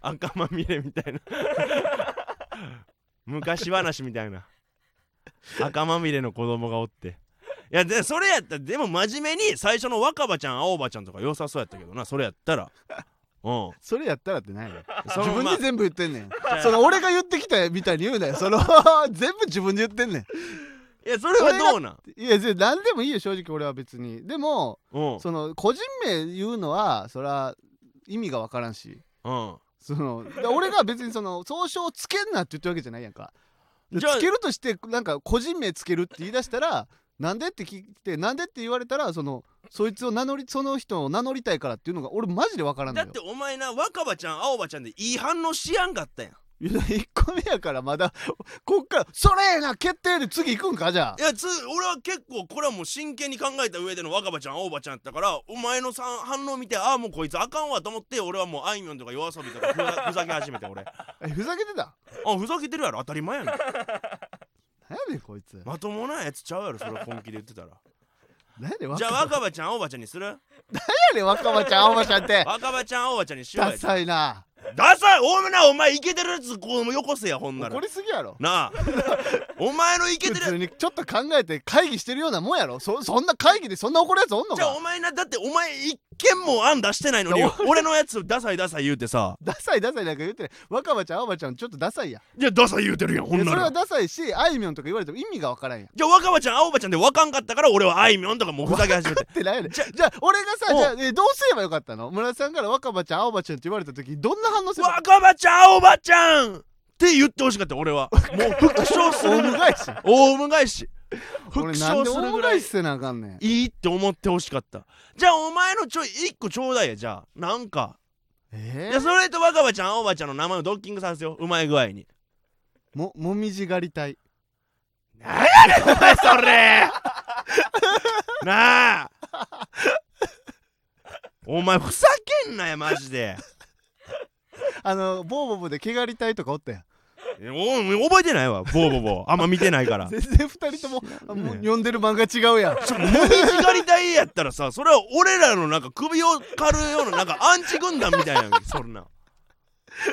Speaker 1: 赤まみれみたいな 昔話みたいな赤まみれの子供がおっていやでそれやったらでも真面目に最初の若葉ちゃん青葉ちゃんとか良さそうやったけどなそれやったらうん
Speaker 2: それやったらってないよ
Speaker 1: そ
Speaker 2: 自
Speaker 1: の
Speaker 2: 分
Speaker 1: ま
Speaker 2: で
Speaker 1: あ
Speaker 2: 全部言ってんねん
Speaker 1: ゃあ
Speaker 2: その俺が言ってきたみたいに言うなよその全部自分で言ってんねん
Speaker 1: いやそれはどうなん
Speaker 2: いやぜ何でもいいよ正直俺は別にでも
Speaker 1: うん
Speaker 2: その個人名言うのはそら意味がわからんし
Speaker 1: うん
Speaker 2: そので俺が別にその総称をつけんなって言ってるわけじゃないやんかで
Speaker 1: じゃあ
Speaker 2: つけるとしてなんか個人名つけるって言い出したらなんでって聞いてなんでって言われたらそのそいつを名乗りその人を名乗りたいからっていうのが俺マジでわからんの
Speaker 1: だっ
Speaker 2: よ
Speaker 1: てお前な若葉ちゃん青葉ちゃんでいい反応しやんかったやん
Speaker 2: いや1個目やからまだこっから「それええな決定!」で次行くんかじゃあ
Speaker 1: いやつ俺は結構これはもう真剣に考えた上での若葉ちゃん青葉ちゃんやったからお前のさん反応見てああもうこいつあかんわと思って俺はもうあいみょんとか夜遊びとかふざ ふざけ始めて俺あ
Speaker 2: えふざけてた
Speaker 1: ふざけてるやろ当たり前やねん
Speaker 2: 何やねんこいつ
Speaker 1: まともなやつちゃうやろそれ本気で言ってたら
Speaker 2: 何やねん若
Speaker 1: じゃあ若葉ちゃん青葉ちゃんにする
Speaker 2: 何やねん若葉ちゃん青葉ちゃんって
Speaker 1: 若葉ちゃん青葉ちゃんにしよう
Speaker 2: ダ
Speaker 1: や
Speaker 2: サいな
Speaker 1: ダサいお前なお前イケてるやつこうよこせやほんなら
Speaker 2: 怒りすぎやろ
Speaker 1: な あお前のイケて
Speaker 2: 普
Speaker 1: るや
Speaker 2: 通にちょっと考えて会議してるようなもんやろそそんな会議でそんな怒るやつおんの
Speaker 1: つじゃあお
Speaker 2: か
Speaker 1: 前なだってお前一件も案出してないのに
Speaker 2: いや
Speaker 1: 俺のやつダサいダサい言うてさ
Speaker 2: ダサいダサいなんか言ってない若葉ちゃん青葉ちゃんちょっとダサいや
Speaker 1: いやダサい言うてるやんほん
Speaker 2: いや
Speaker 1: な
Speaker 2: それ
Speaker 1: ら
Speaker 2: はダサいしあいみょんとか言われても意味がわからんやん
Speaker 1: じゃあ若葉ちゃん青葉ちゃんで分かんかったから俺はあいみょんとかもうふざけ始め て
Speaker 2: ってなんやねんじゃじゃあ俺がさ
Speaker 1: おう
Speaker 2: じゃあえどうすればよかったの村田さんから若葉ちゃん青葉ちゃんって言われた時どんな反応する
Speaker 1: 若葉ちゃん青葉ちゃんって言ってほしかった俺 はもう復唱す
Speaker 2: オウ
Speaker 1: る
Speaker 2: ム返し
Speaker 1: オウム返し復
Speaker 2: 俺な
Speaker 1: 唱
Speaker 2: んですオウ
Speaker 1: る
Speaker 2: ム
Speaker 1: ぐらい
Speaker 2: 返しせなあかんねん
Speaker 1: いいって思ってほしかったじゃあお前のちょい一個ちょうだいやじゃあなんかい
Speaker 2: え
Speaker 1: やそれと若葉ちゃん青葉ちゃんの名前をドッキングさせよううまい具合に
Speaker 2: ー、ももみじ狩り隊
Speaker 1: なんやねんお前それなあお前ふざけんなやマジで
Speaker 2: あのボーボーボーで毛狩り隊とかおったやん
Speaker 1: えお覚えてないわボーボーボーあんま見てないから
Speaker 2: 全然二人ともあもう読んでる漫画違うやん
Speaker 1: ちょもみじ狩り隊やったらさそれは俺らのなんか首を狩るようななんかアンチ軍団みたいなのにそんな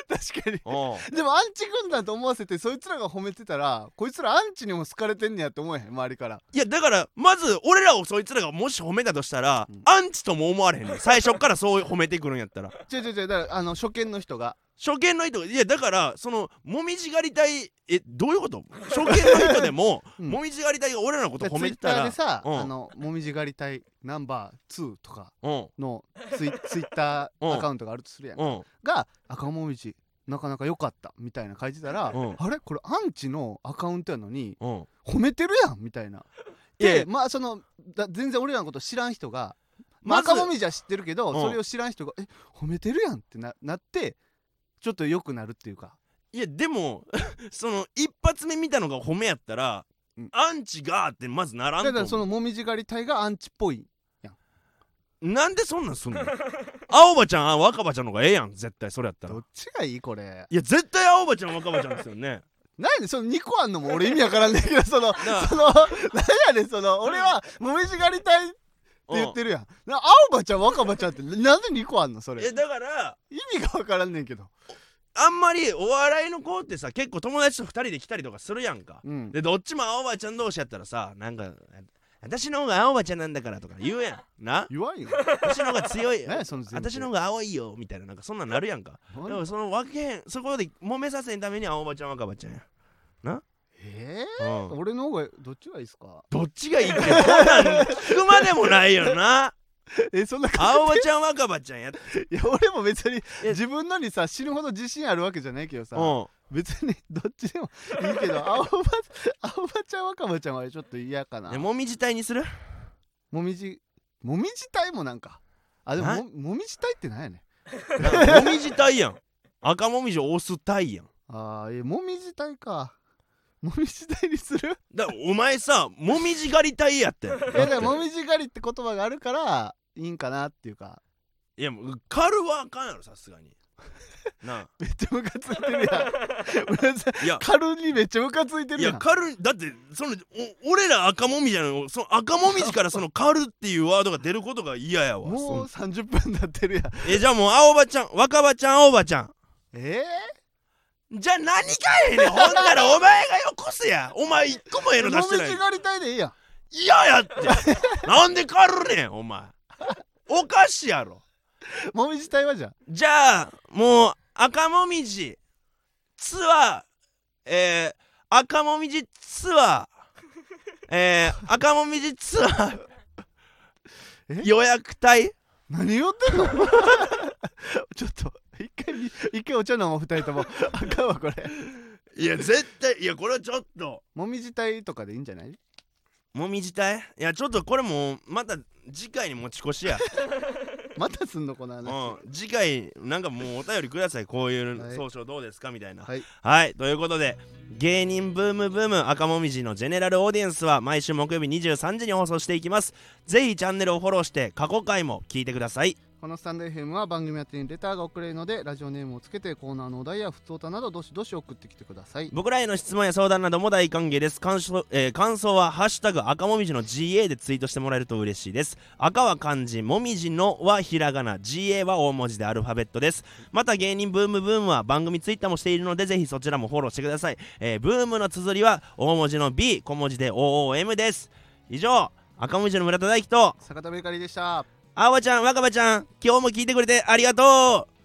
Speaker 2: 確かに
Speaker 1: お
Speaker 2: でもアンチ軍団と思わせてそいつらが褒めてたらこいつらアンチにも好かれてんねやって思えへん周りから
Speaker 1: いやだからまず俺らをそいつらがもし褒めたとしたら、
Speaker 2: うん
Speaker 1: アンチとも思われへんねん最初からそう褒めてくるんやったら
Speaker 2: 違う違う違うだからあの初見の人が
Speaker 1: 初見の人いやだからそのもみじ狩り隊えどういうこと初見の人でも、
Speaker 2: うん
Speaker 1: もみじ狩り隊が俺らのこと
Speaker 2: でツイ
Speaker 1: 褒め
Speaker 2: ッ
Speaker 1: て
Speaker 2: タ
Speaker 1: た
Speaker 2: ー
Speaker 1: ら
Speaker 2: でさ、
Speaker 1: うん
Speaker 2: あのもみじ狩り隊ナンバー2とか
Speaker 1: うん
Speaker 2: の ツイツイッターアカウントがあるとするやん、
Speaker 1: うん
Speaker 2: が赤もみじなかなか良かったみたいな書いてたら、
Speaker 1: うん
Speaker 2: あれこれアンチのアカウントやのに
Speaker 1: うん
Speaker 2: 褒めてるやんみたいな。
Speaker 1: いやい
Speaker 2: で
Speaker 1: や
Speaker 2: まあそのだ全然俺らのこと知らん人が、まあ、
Speaker 1: まず
Speaker 2: 赤もみじは知ってるけど、
Speaker 1: うん
Speaker 2: それを知らん人が「え褒めてるやん」ってななってちょっと良くなるっていうか
Speaker 1: いやでも その一発目見たのが褒めやったら、
Speaker 2: うん
Speaker 1: アンチがーってまずならん
Speaker 2: だ
Speaker 1: と
Speaker 2: か
Speaker 1: 思う
Speaker 2: らそのもみじ狩り隊がアンチっぽい
Speaker 1: なんでそんなんすん の青葉ちゃんあ若葉ちゃんの方がええやん絶対それやったら
Speaker 2: どっちがいいこれ
Speaker 1: いや絶対青葉ちゃん若葉ちゃんですよね
Speaker 2: 何でその2個あんのも俺意味わからんねんけど その
Speaker 1: なあ
Speaker 2: その何やねんその俺はもみじ狩り隊って言 ってるやんな青葉ちゃん若葉ちゃんってなんで2個あんのそ
Speaker 1: うん
Speaker 2: れ
Speaker 1: いやだから
Speaker 2: 意味がわからんねんけど
Speaker 1: あんまりお笑いの子ってさ結構友達と2人で来たりとかするやんか、
Speaker 2: うん
Speaker 1: でどっちも青葉ちゃん同士やったらさなんか私の方が青葉ちゃんなんだからとか言うやんな
Speaker 2: 言わんよ
Speaker 1: 私の方が強 いよ
Speaker 2: 何やその全部
Speaker 1: 私の方が青いよみたいななんかそんなんなるやんかでもその分けへんそこで揉めさせんために青葉ちゃん若葉ちゃんや、
Speaker 2: え
Speaker 1: う
Speaker 2: ー、
Speaker 1: ん、
Speaker 2: 俺の方がどっちがいいっすか
Speaker 1: どっちがいいってこんなん聞くまでもないよな
Speaker 2: えそんな
Speaker 1: 青葉ちゃん若葉ちゃんやって
Speaker 2: いや俺も別に
Speaker 1: え
Speaker 2: 自分のにさ死ぬほど自信あるわけじゃないけどさ
Speaker 1: うん
Speaker 2: 別にどっちでもいいけど青葉青葉ちゃん若葉ちゃんはちょっと嫌かな
Speaker 1: でもみじ隊にする
Speaker 2: もみじもみじ隊もなんかあでも
Speaker 1: な
Speaker 2: ももみじ隊ってなんやねん
Speaker 1: もみじ隊やん赤もみじを押す隊やん
Speaker 2: あーえもみじ隊か もみじ隊にす る
Speaker 1: だお前さもみじ狩り隊やってん
Speaker 2: いやだからもみじ狩りって言葉があるからいいんかなっていうか
Speaker 1: いやもう狩るはあかんやろさすがにな
Speaker 2: めっちゃムカつ いてるやん村田さん
Speaker 1: あいや
Speaker 2: 軽にめっちゃムカついて
Speaker 1: い
Speaker 2: るや
Speaker 1: や
Speaker 2: ん
Speaker 1: 狩るだってそのお俺ら赤もみじなのその赤もみじからその狩るっていうワードが出ることが嫌やわそ
Speaker 2: もうん30分経ってるやん
Speaker 1: えじゃあもう青葉ちゃん若葉ちゃん青葉ちゃん
Speaker 2: え
Speaker 1: じゃあ何かええねんほんならお前がよこせやお前一個もええ
Speaker 2: ー、も
Speaker 1: の出
Speaker 2: み
Speaker 1: してない
Speaker 2: じ狩り隊でいいやん
Speaker 1: 嫌ややってなんで狩るねんお前おかしいやろ
Speaker 2: もみじ隊はじゃあ
Speaker 1: じゃあもう赤もみじツアーえー、赤もみじツアーえー、赤もみじツアー
Speaker 2: え
Speaker 1: 予約隊
Speaker 2: 何言ってんの ちょっと一回み一回お茶飲もう二人ともあかんわこれ
Speaker 1: いや絶対いやこれはちょっと
Speaker 2: もみじ隊とかでいいんじゃない
Speaker 1: もみじ隊いやちょっとこれもうまた次回に持ち越 しや、
Speaker 2: またすんのこの
Speaker 1: う
Speaker 2: 話、
Speaker 1: ん、次回なんかもうお便りくださいこうい
Speaker 2: は
Speaker 1: う
Speaker 2: い
Speaker 1: 総称どうですかみたいな
Speaker 2: はい
Speaker 1: はいということで芸人ブームブーム赤もみじのジェネラルオーディエンスは毎週木曜日23時に放送していきますぜひチャンネルをフォローして過去回も聞いてください
Speaker 2: このスタンド FM は番組宛てにレターが送れるのでラジオネームをつけてコーナーのお題や普通歌などどしどし送ってきてください
Speaker 1: 僕らへの質問や相談なども大歓迎です感想,、えー感想は「ハッシュタグ赤もみじの GA」でツイートしてもらえると嬉しいです赤は漢字もみじのはひらがな GA は大文字でアルファベットですまた芸人ブームブームは番組ツイッターもしているのでぜひそちらもフォローしてください、えーブームの綴りは大文字の B 小文字で OOM です以上赤もみじの村田大樹と
Speaker 2: 坂田ベーカリーでした
Speaker 1: あわちゃん若葉ちゃん今日も聞いてくれてありがとう